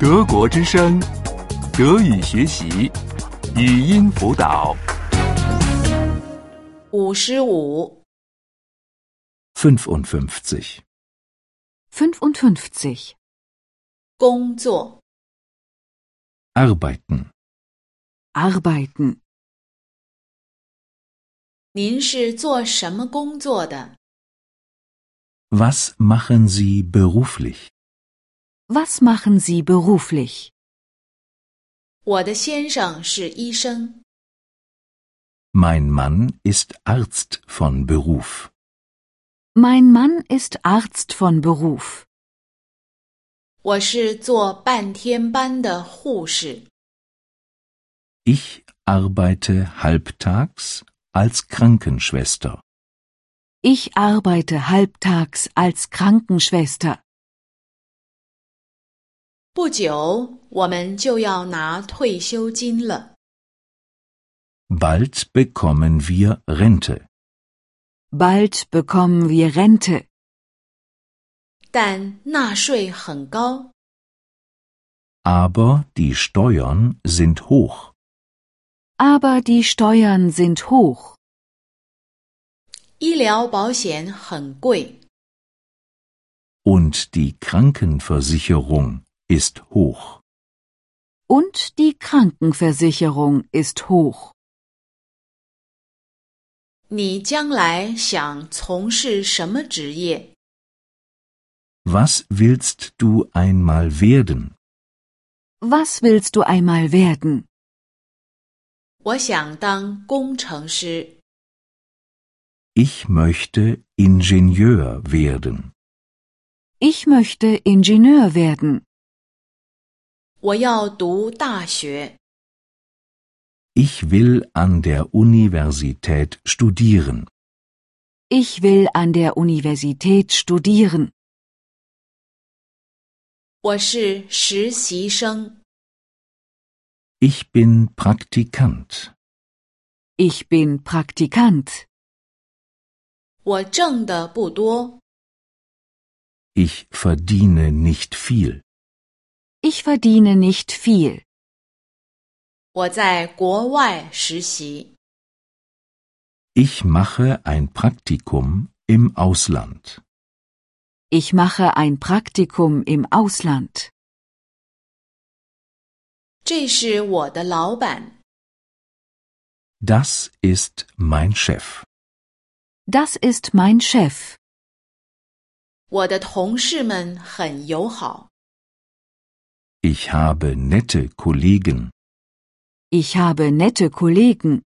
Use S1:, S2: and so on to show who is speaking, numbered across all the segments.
S1: 德国之声，德语学习，语音辅导。
S2: 五十五，
S3: 55.
S4: 55.
S2: 工作
S3: Arbeiten.
S4: Arbeiten.
S2: 您是做什么工作的？
S3: Was machen Sie beruflich?
S4: Was machen Sie beruflich?
S2: 我的先生是医生，
S3: Mein Mann ist Arzt von Beruf.
S4: Mein Mann ist Arzt von Beruf.
S2: 我是做半天班的护士，
S3: Ich arbeite halbtags als Krankenschwester.
S4: Ich arbeite halbtags als Krankenschwester.
S2: 不久我们就要拿退休金了。
S3: Bald bekommen wir Rente.
S4: Bald bekommen wir Rente,
S2: 但纳税很高，
S3: Aber die Steuern sind hoch.
S4: aber die Steuern sind hoch.
S2: 医疗保险很贵，
S3: Und die Krankenversicherung ist hoch.
S4: Und die Krankenversicherung ist hoch.
S2: 你将来想从事什么职业？
S3: Was willst du einmal werden?
S4: Was willst du einmal werden?
S2: 我想当工程师。
S3: Ich möchte Ingenieur werden.
S4: Ich möchte Ingenieur werden.
S2: 我要读大学，
S3: Ich will an der Universität studieren.
S4: Ich will an der Universität studieren.
S2: 我是实习生。
S3: Ich bin Praktikant.
S4: Ich bin Praktikant.
S2: 我挣的不多，
S3: Ich verdiene nicht viel.
S4: Ich verdiene nicht viel.
S2: 我在国外实习。
S3: Ich mache ein Praktikum im Ausland.
S4: Ich mache ein Praktikum im Ausland.
S2: 这是我的老板，
S3: Das ist mein Chef.
S4: Das ist mein Chef.
S2: 我的同事们很友好，
S3: Ich habe nette Kollegen.
S4: Ich habe nette Kollegen.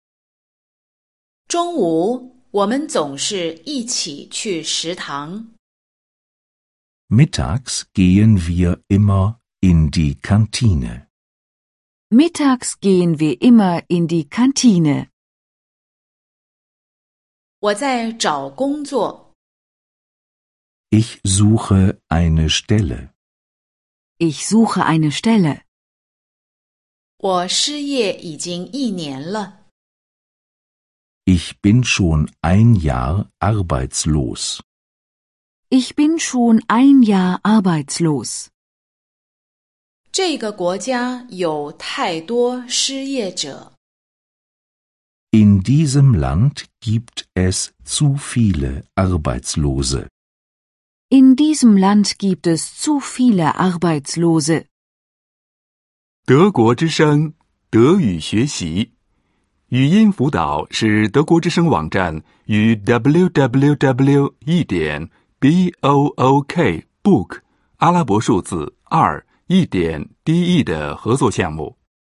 S2: 中午我们总是一起去食堂。
S3: Mittags gehen wir immer in die Kantine.
S4: Mittags gehen wir immer in die Kantine.
S2: 我在找工作，
S3: Ich suche eine Stelle.
S4: Ich suche eine Stelle.
S2: 我失业已经一年了，
S3: Ich bin schon ein Jahr arbeitslos.
S4: Ich bin schon ein Jahr arbeitslos.
S2: 这个国家有太多失业者。
S3: In diesem Land gibt es zu viele Arbeitslose.
S4: In diesem Land gibt es zu viele Arbeitslose.
S1: 德国之声，德语学习，语音辅导是德国之声网站与 www. 一点 b o o k book 阿拉伯数字二一点 d e 的合作项目。